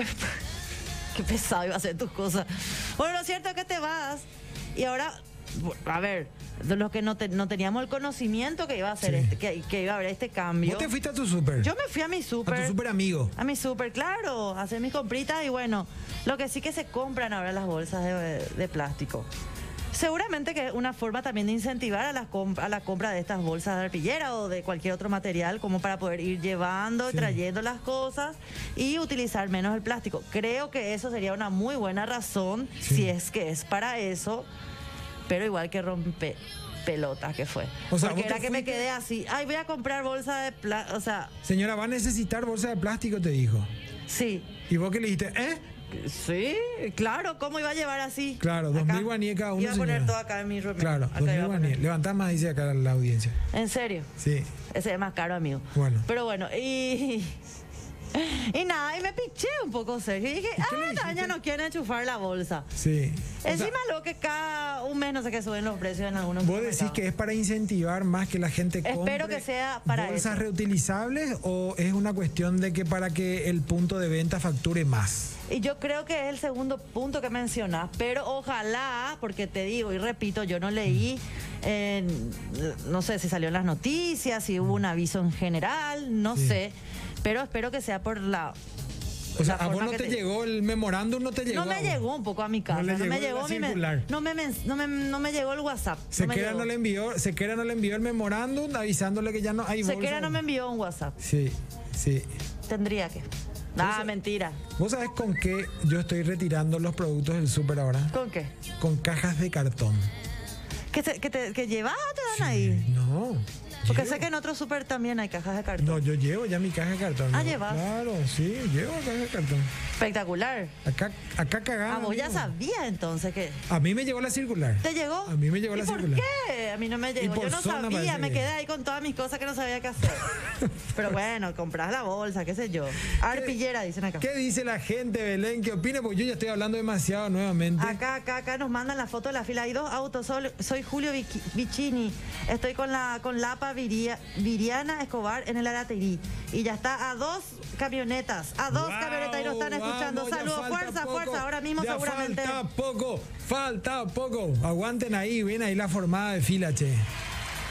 A: Qué pesado iba a ser tus cosas. Bueno, lo cierto es que te vas y ahora, bu- a ver, de los que no, te- no teníamos el conocimiento que iba a hacer
B: Sí.
A: este- que, que iba a haber este cambio.
B: ¿Vos te fuiste a tu super?
A: Yo me fui a mi súper.
B: A tu super amigo.
A: A mi súper, claro, a hacer mis compritas y bueno, lo que sí que se compran ahora las bolsas de, de plástico. Seguramente que es una forma también de incentivar a la, a la compra de estas bolsas de arpillera o de cualquier otro material, como para poder ir llevando, y
B: Sí.
A: trayendo las cosas y utilizar menos el plástico. Creo que eso sería una muy buena razón,
B: Sí.
A: si es que es para eso, pero igual que rompe pelotas que fue.
B: O sea, vos
A: Porque
B: te
A: era que me
B: fuiste-
A: quedé así, ay, voy a comprar bolsa de plástico, o sea,
B: Señora, va a necesitar bolsa de plástico, te dijo.
A: sí,
B: ¿Y vos qué le dijiste? ¿Eh?
A: Sí, claro, ¿cómo iba a llevar así?
B: Claro,
A: Acá.
B: 2000 guaníes cada uno.
A: Iba a poner
B: señora.
A: todo acá en mi ropa.
B: Claro,
A: Acá
B: 2000
A: iba a poner.
B: guaníes. Levantá más, dice acá la audiencia.
A: En serio,
B: Sí.
A: ese es más caro, amigo.
B: Bueno.
A: Pero bueno, y. (laughs) Y nada, y me piché un poco, Sergio. Y dije,
B: ¿Y qué le
A: ah,
B: dijiste?
A: Tania no quiere enchufar la bolsa.
B: Sí. O sea,
A: Encima, lo que cada un mes no sé qué suben los precios en algunos.
B: ¿Vos decís
A: supermercados.
B: que es para incentivar más que la gente
A: Espero
B: compre
A: que sea para
B: bolsas
A: eso.
B: reutilizables o es una cuestión de que para que el punto de venta facture más?
A: Y yo creo que es el segundo punto que mencionas, pero ojalá, porque te digo y repito, yo no leí, eh, no sé si salió en las noticias, si hubo un aviso en general, no
B: Sí.
A: sé, pero espero que sea por la...
B: O sea,
A: la
B: a vos
A: forma
B: no
A: que
B: te,
A: te-
B: llegó el memorándum, no te llegó.
A: No
B: a
A: me
B: vos?
A: llegó un poco a mi casa,
B: le
A: no, me
B: llegó
A: llegó
B: la
A: mi men-
B: circular.
A: no me, men- no me- no me llegó el WhatsApp. no me
B: Sequera
A: llegó.
B: no, le envió, Sequera no le envió el memorándum avisándole que ya no hay bolsa.
A: Sequera no me envió un WhatsApp,
B: Sí, sí.
A: tendría que. Ah, mentira.
B: ¿Vos sabés con qué yo estoy retirando los productos del súper ahora?
A: ¿Con qué?
B: Con cajas de cartón.
A: ¿Que, se- que, te, que llevas o te dan ahí?
B: No.
A: Porque
B: llevo.
A: sé que en otro súper también hay cajas de cartón.
B: No, yo llevo ya mi caja de cartón.
A: Ah,
B: ¿no?
A: ¿llevas?
B: Claro, sí, llevo caja de cartón.
A: Espectacular.
B: Acá, acá cagada.
A: Ah, vos ya
B: amigo.
A: sabía entonces que.
B: A mí me llegó la circular.
A: ¿Te llegó?
B: A mí me llegó
A: ¿Y
B: la
A: por
B: circular.
A: qué? A mí no me llegó.
B: por
A: Yo no
B: zona parece
A: sabía, me
B: que-
A: quedé ahí con todas mis cosas que no sabía qué
B: (laughs)
A: hacer. Pero bueno, compras la bolsa, qué sé yo. Arpillera, dicen acá.
B: ¿Qué dice la gente, Belén? ¿Qué opina? Porque yo ya estoy hablando demasiado nuevamente.
A: Acá, acá, acá nos mandan la foto de la fila. Hay dos autos. Sol- soy Julio Viqui- Vicini. Estoy con la con Lapa Viria- Viriana Escobar en el Araterí. Y ya está a dos camionetas. A dos
B: Wow,
A: camionetas y nos están
B: vamos,
A: escuchando.
B: ya
A: Saludos,
B: falta
A: fuerza,
B: poco,
A: fuerza. Ahora mismo
B: ya
A: seguramente.
B: Falta poco, falta poco. Aguanten ahí, ven ahí la formada de fila, che.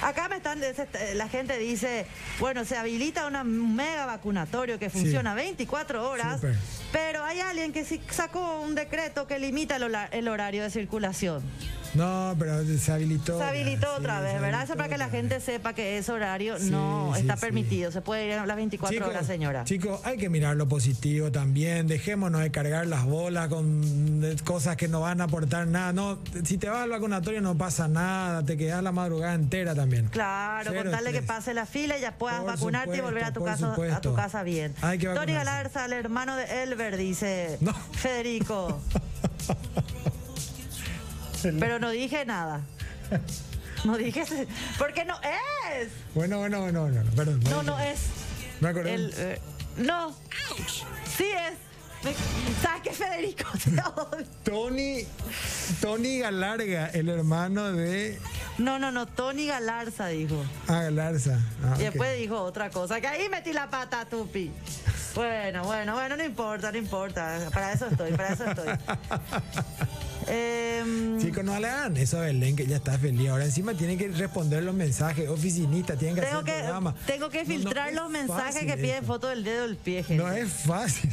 A: Acá me están, se está- la gente dice, bueno, se habilita una- un mega vacunatorio que funciona 24 horas,
B: Súper.
A: pero hay alguien que sí sacó un decreto que limita el, hola- el horario de circulación.
B: No, pero se habilitó.
A: se habilitó
B: Sí,
A: otra
B: se
A: vez, ¿verdad? Eso
B: habilitó
A: para que la
B: otra vez.
A: gente sepa que ese horario
B: Sí,
A: no
B: sí,
A: está
B: sí.
A: permitido. Se puede ir a las 24 horas, señora.
B: Chicos, hay que mirar lo positivo también. Dejémonos de cargar las bolas con eh, cosas que no van a aportar nada. No, si te vas al vacunatorio no pasa nada. Te quedas la madrugada entera también.
A: Claro,
B: Cero
A: con tal de que
B: estrés.
A: pase la fila y ya puedas
B: Por
A: vacunarte y volver a tu,
B: supuesto,
A: casa,
B: por
A: a tu
B: supuesto.
A: casa bien.
B: Hay que
A: Tony
B: vacunarse.
A: Galarza, el hermano de Elber, dice
B: No. (laughs)
A: Federico. Pero no dije nada. No dije. Porque no es.
B: Bueno, bueno, bueno, bueno. Perdón.
A: No, no es.
B: Me acordé.
A: El, eh, no. Sí es. Me- ¿Sabes qué, Federico? (laughs)
B: Tony, Tony Galarga, el hermano de
A: No, no, no. Tony Galarza dijo.
B: ah, Galarza. Ah,
A: Y
B: ok.
A: después dijo otra cosa, que ahí metí la pata, Tupi. Bueno, bueno, bueno, no importa, no importa. Para eso estoy, para eso
B: (laughs)
A: estoy. Em,
B: Chicos, no le hagan eso a Belén, que ya está feliz. Ahora encima tiene que responder los mensajes, oficinista, tienen que
A: tengo,
B: hacer
A: que,
B: programa.
A: tengo que
B: No, no
A: filtrar
B: es
A: los mensajes
B: fácil
A: que piden
B: eso.
A: foto del dedo del pie, gente.
B: No es fácil.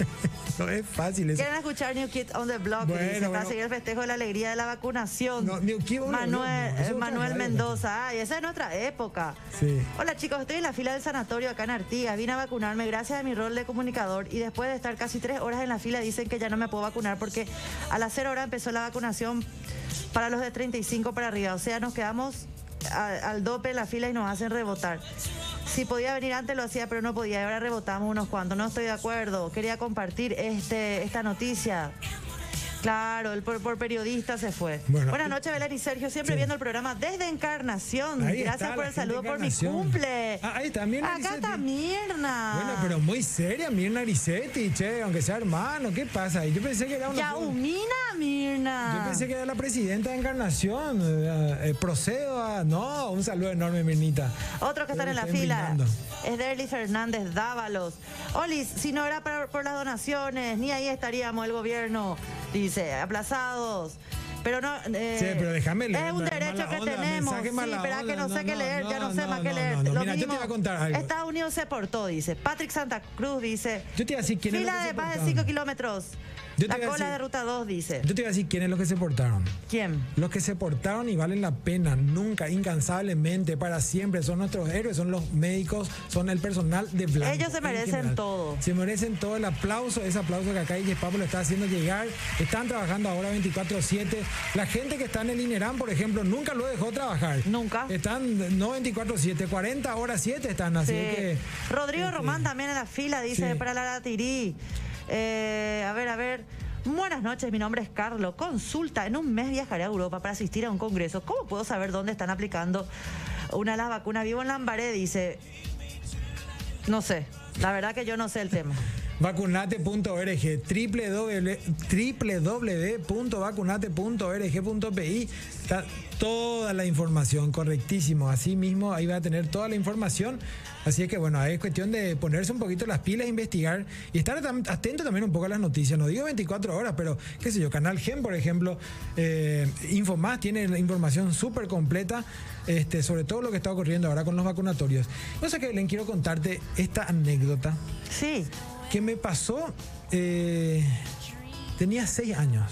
B: (laughs) no es fácil eso.
A: Quieren escuchar New Kids on the Block
B: Bueno,
A: dice, para
B: bueno.
A: seguir el festejo de la alegría de la vacunación.
B: No, New Kids on the Block,
A: Manuel,
B: no, eso
A: eh,
B: es otra
A: Manuel
B: radio,
A: Mendoza, ay, esa es nuestra época.
B: Sí.
A: Hola chicos, estoy en la fila del sanatorio acá en Artigas. Vine a vacunarme gracias a mi rol de comunicador y después de estar casi tres horas en la fila dicen que ya no me puedo vacunar porque a las cero horas empezó la vacunación para los de 35 para arriba. O sea, nos quedamos a- al dope en la fila y nos hacen rebotar. Si podía venir antes lo hacía, pero no podía. Y ahora rebotamos unos cuantos. No estoy de acuerdo. Quería compartir este, esta noticia. Claro, el por, por periodista se fue.
B: Bueno.
A: Buenas noches, Belén y Sergio. Siempre viendo el programa desde Encarnación.
B: Ahí
A: Gracias
B: está,
A: por
B: la
A: el
B: gente
A: saludo
B: de
A: por mi
B: Encarnación.
A: cumple.
B: Ah, ahí también
A: Acá
B: Arisetti.
A: está Mirna.
B: Bueno, pero muy seria, Mirna Arisetti, che, aunque sea hermano, ¿qué pasa? ahí? Yo pensé que era una.
A: Ya humina a Mirna.
B: Yo pensé que era la presidenta de Encarnación. eh, eh, procedo a. No, un saludo enorme, Mirnita.
A: Otros que están
B: Pero
A: en la
B: estoy
A: fila
B: brindando.
A: es Derly Fernández Dávalos. Olis, si no era para- por las donaciones, ni ahí estaríamos el gobierno, dice, aplazados. Pero no. eh,
B: Sí, pero déjame leer.
A: Es un
B: mala-
A: derecho
B: mala
A: que
B: onda,
A: tenemos.
B: mensaje
A: Sí,
B: mala
A: espera que no
B: onda,
A: sé qué
B: no,
A: leer, ya no,
B: no,
A: sé
B: no,
A: más qué
B: no,
A: leer.
B: no, no.
A: Lo
B: Mira, yo te
A: mismo,
B: voy a contar algo.
A: Estados Unidos se portó, dice. Patrick Santa Cruz dice.
B: Yo te iba a decir quién es lo
A: Fila
B: que se
A: de más de
B: portaron.
A: 5 kilómetros.
B: Yo te
A: La
B: iba a
A: cola
B: decir-
A: de ruta 2 dice.
B: Yo te iba a decir quiénes los que se portaron.
A: ¿Quién?
B: Los que se portaron y valen la pena, nunca, incansablemente, para siempre, son nuestros héroes, son los médicos, son el personal de blanco.
A: Ellos se
B: en
A: merecen
B: general.
A: todo.
B: Se merecen todo el aplauso, ese aplauso que acá Iyes Papo lo está haciendo llegar. Están trabajando ahora 24-7. La gente que está en el INERAM, por ejemplo, nunca lo dejó trabajar.
A: Nunca.
B: Están no 24-7, 40 horas 7 están, así
A: Sí.
B: que.
A: Eh, Rodrigo
B: este,
A: Román también en la fila, dice,
B: sí.
A: para la Latirí. Eh, a ver, a ver. Buenas noches, mi nombre es Carlos. Consulta, en un mes viajaré a Europa para asistir a un congreso. ¿Cómo puedo saber dónde están aplicando una de las vacunas? Vivo en Lambaré, dice. No sé, la verdad que yo no sé el tema.
B: Vacunate.org, www.vacunate.org.pi. Está toda la información, correctísimo. Así mismo, ahí va a tener toda la información. Así es que, bueno, ahí es cuestión de ponerse un poquito las pilas, e investigar y estar tam- atento también un poco a las noticias. No digo 24 horas, pero qué sé yo, Canal Gen, por ejemplo, eh, Infomás tiene la información súper completa este, sobre todo lo que está ocurriendo ahora con los vacunatorios. No sé qué, Belén, quiero contarte esta anécdota
A: Sí,
B: que me pasó, eh, tenía seis años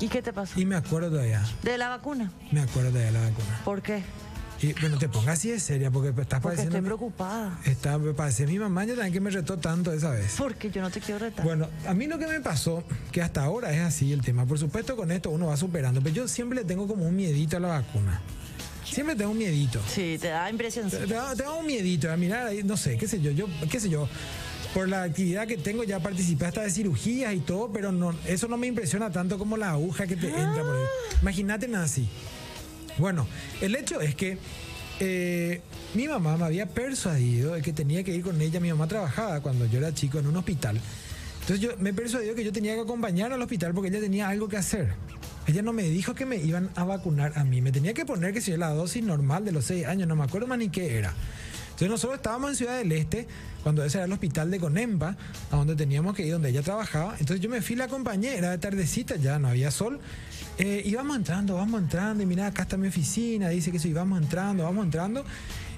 A: ¿y qué te pasó?
B: y me acuerdo todavía,
A: De la vacuna.
B: me acuerdo todavía de la vacuna.
A: ¿Por qué?
B: Y bueno, te pongas así de seria porque estás
A: Porque
B: pareciendo...
A: estoy preocupada.
B: Está, me parece mi mamá ya también que me retó tanto esa vez.
A: Porque yo no te quiero retar.
B: Bueno, a mí lo que me pasó, que hasta ahora es así el tema, por supuesto con esto uno va superando, pero yo siempre le tengo como un miedito a la vacuna. Siempre tengo un miedito.
A: Sí, te da impresión.
B: Te, te da, te da un miedito a mirar ahí, no sé, qué sé yo, yo, qué sé yo. Por la actividad que tengo ya participé hasta de cirugías y todo, pero no, eso no me impresiona tanto como la aguja que te entra por ahí. Imagínate nada así. Bueno, el hecho es que eh, mi mamá me había persuadido de que tenía que ir con ella. Mi mamá trabajaba cuando yo era chico en un hospital. Entonces yo me persuadió que yo tenía que acompañar al hospital porque ella tenía algo que hacer. Ella no me dijo que me iban a vacunar a mí. Me tenía que poner que si yo la dosis normal de los 6 años, no me acuerdo más ni qué era. Entonces nosotros estábamos en Ciudad del Este, cuando ese era el hospital de Conempa, a donde teníamos que ir, donde ella trabajaba. Entonces yo me fui, la acompañé, era de tardecita, ya no había sol. Eh, y vamos entrando, vamos entrando, y mirá, acá está mi oficina, dice que eso, y vamos entrando, vamos entrando.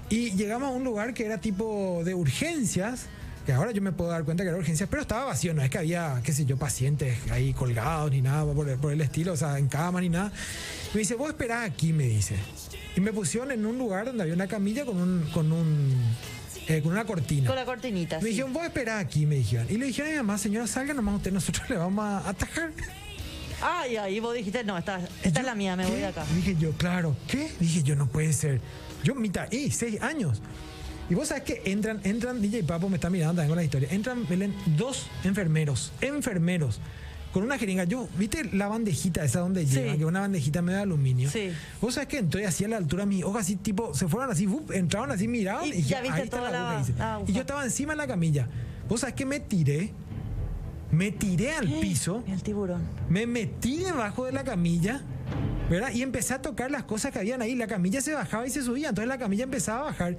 B: Y llegamos a un lugar que era tipo de urgencias, que ahora yo me puedo dar cuenta que era urgencias, pero estaba vacío, no es que había, qué sé yo, pacientes ahí colgados ni nada por, el- por el estilo, o sea, en cama ni nada. Me dice, vos esperá aquí, me dice. Y me pusieron en un lugar donde había una camilla con un, con un, eh, con una cortina.
A: Con la cortinita.
B: Me
A: sí.
B: dijeron, vos esperá aquí, me dijeron. Y le dijeron a mi mamá, señora, salga nomás usted, nosotros (laughs) le vamos a atajar.
A: Ay, ahí vos dijiste, no, esta, esta
B: Yo,
A: es la mía, me voy
B: ¿qué?
A: de acá.
B: Dije yo, claro, ¿qué? Dije yo, no puede ser. Yo, mitad, y seis años. Y vos sabés que entran, entran, DJ Papo me está mirando también con la historia, entran, Belén, dos enfermeros, enfermeros, con una jeringa. Yo, ¿viste la bandejita esa donde
A: Sí.
B: llevan? Que una bandejita medio de aluminio.
A: Sí.
B: Vos sabés que entré así a la altura de mi hoja, así tipo, se fueron así, bup, entraron así, miraron.
A: Y
B: Y, dije,
A: ya viste
B: ahí está
A: toda
B: la
A: la-
B: aguja, dice.
A: la aguja.
B: Y yo estaba encima de la camilla. Vos sabés que me tiré, me tiré al piso.
A: (gasps) El tiburón.
B: Me metí debajo de la camilla, ¿verdad? Y empecé a tocar las cosas que habían ahí. La camilla se bajaba y se subía. Entonces la camilla empezaba a bajar.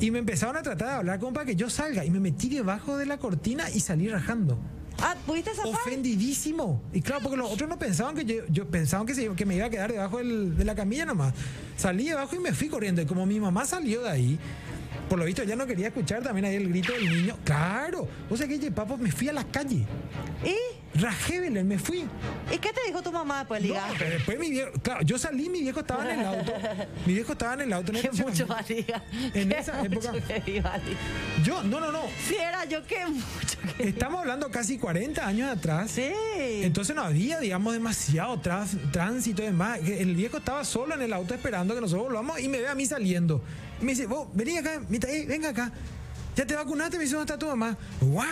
B: Y me empezaron a tratar de hablar como para que yo salga. Y me metí debajo de la cortina y salí rajando.
A: Ah, ¿pudiste zafar?
B: Ofendidísimo. Y claro, porque los otros no pensaban que yo, yo pensaban que, se- que me iba a quedar debajo del- de la camilla nomás. Salí debajo y me fui corriendo. Y como mi mamá salió de ahí, por lo visto ya no quería escuchar también ahí el grito del niño. Claro. O sea que yo, papo, me fui a la calle.
A: ¿Y?
B: Rajé, Belén, me fui.
A: ¿Y qué te dijo tu mamá después,
B: No, (laughs)
A: liga?
B: pero después mi viejo, claro, yo salí, mi viejo estaba en
A: (laughs)
B: el auto. Mi viejo estaba en el auto. en el
A: Qué mucho
B: estacionamiento.
A: va, liga.
B: En
A: Qué
B: esa
A: mucho
B: época-
A: que viva, liga.
B: Yo, no, no, no.
A: Sí, era yo, qué mucho que...
B: Estamos hablando casi 40 años atrás.
A: Sí.
B: Entonces no había, digamos, demasiado trans- tránsito y demás. Que El viejo estaba solo en el auto esperando que nosotros volvamos y me ve a mí saliendo. Y me dice, vos, vení acá, mira, eh, venga acá. Ya te vacunaste, me dice, ¿dónde está tu mamá? ¡Guau!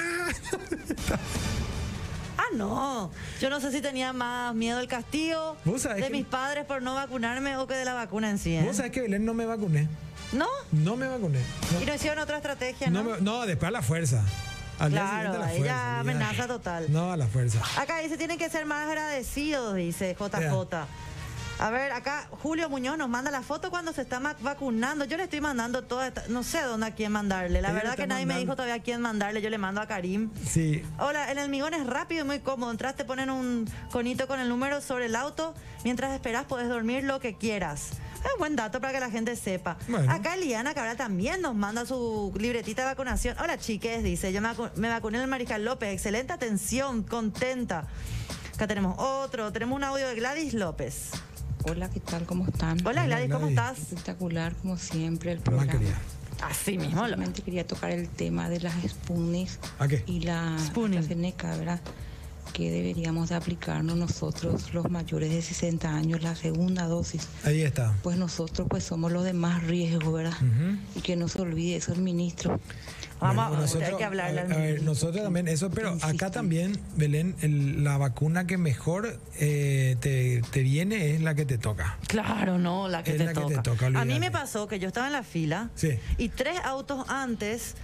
A: Ah, no. Yo no sé si tenía más miedo del castigo
B: Vos sabés
A: de
B: que-
A: mis padres por no vacunarme o que de la vacuna en sí. ¿eh?
B: Vos sabés que Belén no me vacuné.
A: ¿No?
B: No me vacuné. No.
A: Y no hicieron otra estrategia, ¿no?
B: No, me- no, después a la fuerza. Al día
A: Claro,
B: siguiente a la
A: ahí
B: fuerza,
A: ya
B: olvidate.
A: amenaza total.
B: No, a la fuerza.
A: Acá dice, tienen que ser más agradecidos, dice JJ. A ver, acá Julio Muñoz nos manda la foto cuando se está ma- vacunando. Yo le estoy mandando toda esta- No sé dónde a quién mandarle. La
B: Ella le
A: verdad
B: está
A: que nadie me
B: mandando.
A: dijo todavía a quién mandarle. Yo le mando a Karim.
B: Sí.
A: Hola, el almigón es rápido y muy cómodo. Entras, te ponen un conito con el número sobre el auto. Mientras esperas, puedes dormir lo que quieras. Es buen dato para que la gente sepa.
B: Bueno.
A: Acá Eliana Cabral también nos manda su libretita de vacunación. Hola, chiques, dice. Yo me, vacu- me vacuné en el Mariscal López. Excelente atención, contenta. Acá tenemos otro. Tenemos un audio de Gladys López.
E: Hola, ¿qué tal? ¿Cómo están?
A: Hola, Gladys, ¿cómo
B: Gladys.
A: estás?
E: Espectacular, como siempre, el
B: Mamá
E: programa.
B: querida.
A: Así mismo. lo-
E: Solamente quería tocar el tema de las Sputniks
B: ¿A Ah, qué?
E: y la
A: Sputnik.
E: AstraZeneca, ¿verdad? Que deberíamos de aplicarnos nosotros, los mayores de 60 años, la segunda dosis.
B: Ahí está.
E: Pues nosotros pues somos los de más riesgo, ¿verdad? Y que no se olvide eso el ministro.
A: Vamos,
B: Bueno,
A: a- hay que hablarle
B: a
A: al
B: ver, a ver,
A: ministro.
B: nosotros también, eso, pero
E: Insistan.
B: acá también, Belén, el- la vacuna que mejor eh, te, te viene es la que te toca.
A: Claro, no, la que,
B: Es
A: te,
B: la que
A: toca.
B: te toca,
A: A mí
B: olvídate.
A: me pasó que yo estaba en la fila
B: Sí.
A: y tres autos antes,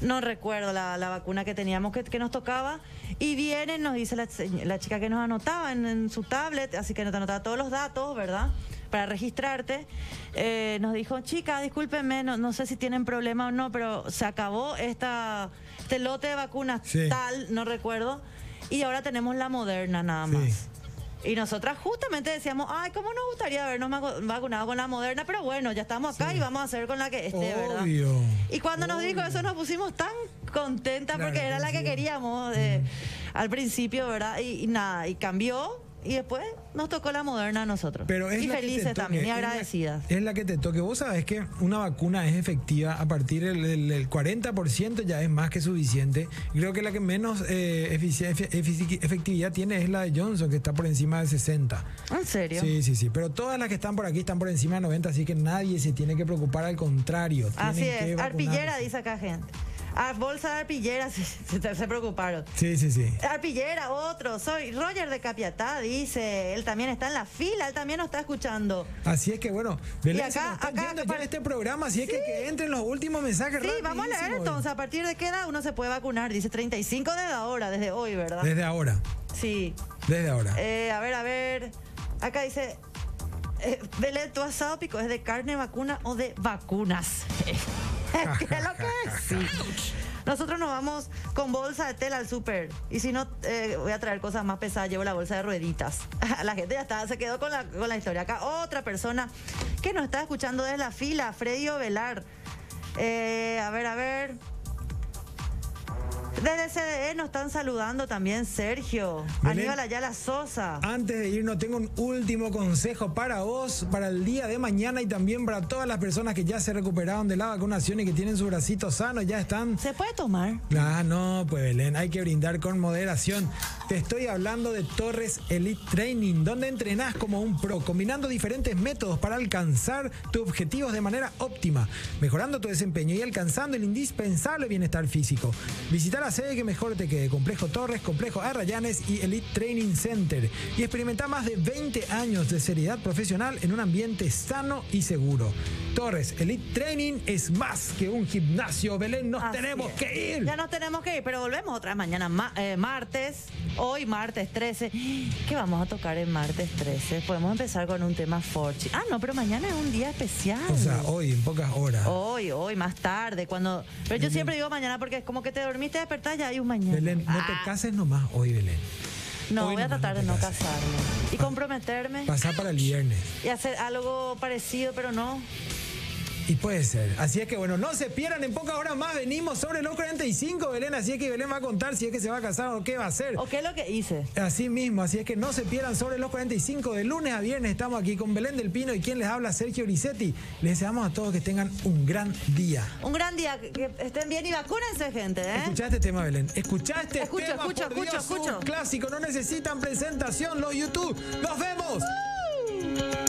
A: no recuerdo la, la vacuna que teníamos que, que nos tocaba, y vienen, nos dice la, se- la chica que nos anotaba en, en su tablet, así que nos anotaba todos los datos, ¿verdad? Para registrarte, eh, nos dijo, chica, discúlpenme, no, no sé si tienen problema o no, pero se acabó esta, este lote de vacunas
B: Sí.
A: tal, no recuerdo, y ahora tenemos la moderna nada
B: Sí.
A: más. Y nosotras justamente decíamos, ay, cómo nos gustaría habernos mago- vacunado con la moderna, pero bueno, ya estamos acá y vamos a hacer con la que esté, Este, ¿verdad?
B: Obvio.
A: Y cuando nos dijo
B: Obvio.
A: eso nos pusimos tan contentas
B: Claro
A: porque
B: que
A: era la que
B: sí.
A: queríamos eh, al principio, ¿verdad? Y, y nada, y cambió y después nos tocó la moderna a nosotros.
B: Pero es
A: y
B: la que te
A: felices
B: toque,
A: también, y
B: es la-
A: agradecidas.
B: Es la, que te toque. Vos sabés que una vacuna es efectiva a partir del, del- del 40% ya es más que suficiente. Creo que la que menos eh, efici- efe- efici- efectividad tiene es la de Johnson, que está por encima del 60%.
A: ¿En serio?
B: Sí, sí, sí. Pero todas las que están por aquí están por encima de 90, así que nadie se tiene que preocupar, al contrario.
A: Así
B: tienen que
A: es, arpillera,
B: vacunarse.
A: dice acá gente. A bolsa de arpillera, (laughs) se- se- se preocuparon.
B: Sí, sí, sí.
A: Arpillera, otro. Soy Roger de Capiatá, dice. Él también está en la fila, él también nos está escuchando.
B: Así es que bueno, Belén,
A: Y
B: se
A: acá-
B: nos está
A: acá-
B: yendo ya
A: acá-
B: este programa, así es que, que entren los últimos mensajes
A: Sí, vamos a leer
B: rapidísimo.
A: entonces. ¿A partir de qué edad uno se puede vacunar? Dice 35 desde ahora, desde hoy, ¿verdad?
B: Desde ahora,
A: Sí.
B: desde ahora.
A: Eh, a ver, a ver. Acá dice. eh, Belén, tu asado pico (laughs)
B: (laughs)
A: es de carne vacuna o de vacunas. ¿Qué es lo que es? Sí. Nosotros nos vamos con bolsa de tela al súper. Y si no, eh, voy a traer cosas más pesadas, llevo la bolsa de rueditas. (laughs) la gente ya está, se quedó con la, con la historia. Acá otra persona que nos está escuchando desde la fila, Freddy Velar. Eh, a ver, a ver. Desde CDE E nos están saludando también Sergio,
B: Belén.
A: Aníbal Ayala Sosa.
B: Antes de irnos, tengo un último consejo para vos, para el día de mañana y también para todas las personas que ya se recuperaron de la vacunación y que tienen su bracito sano, ya están.
A: ¿Se puede tomar?
B: Ah, no, pues Belén, hay que brindar con moderación. Te estoy hablando de Torres Elite Training, donde entrenás como un pro, combinando diferentes métodos para alcanzar tus objetivos de manera óptima, mejorando tu desempeño y alcanzando el indispensable bienestar físico. Visita la sede que mejor te quede, Complejo Torres, Complejo Arrayanes y Elite Training Center, y experimenta más de 20 años de seriedad profesional en un ambiente sano y seguro. Torres Elite Training es más que un gimnasio, Belén, nos
A: Así
B: tenemos
A: es.
B: que ir.
A: Ya nos tenemos que ir, pero volvemos otra vez mañana, ma- eh, martes, hoy martes 13. (gasps) ¿Qué vamos a tocar en martes 13? Podemos empezar con un tema Forchi. Ah, no, pero mañana es un día especial.
B: O sea, hoy, en pocas horas.
A: Hoy, hoy, más tarde, cuando... Pero yo siempre digo mañana porque es como que te dormiste, despertás, ya hay un mañana.
B: Belén, no te
A: Ah,
B: cases nomás hoy, Belén.
A: No,
B: hoy
A: voy a
B: nomás
A: tratar de
B: no te
A: no
B: cases.
A: casarme y comprometerme
B: Pasá para el viernes.
A: y hacer algo parecido, pero no.
B: Y puede ser. Así es que bueno, no se pierdan. En pocas horas más venimos sobre los 45, Belén. Así es que Belén va a contar si es que se va a casar o qué va a hacer.
A: ¿O qué es lo que hice?
B: Así mismo, así es que no se pierdan sobre los 45 de lunes a viernes. Estamos aquí con Belén del Pino y quien les habla, Sergio Grisetti. Les deseamos a todos que tengan un gran día.
A: Un gran día, que- que estén bien y vacúnense, gente, ¿eh?
B: Escuchá este tema, Belén. Escuchá este
A: Escucho,
B: tema.
A: escucho,
B: por
A: escucho,
B: Dios,
A: escucho.
B: Un clásico, no necesitan presentación. Los YouTube. ¡Nos vemos!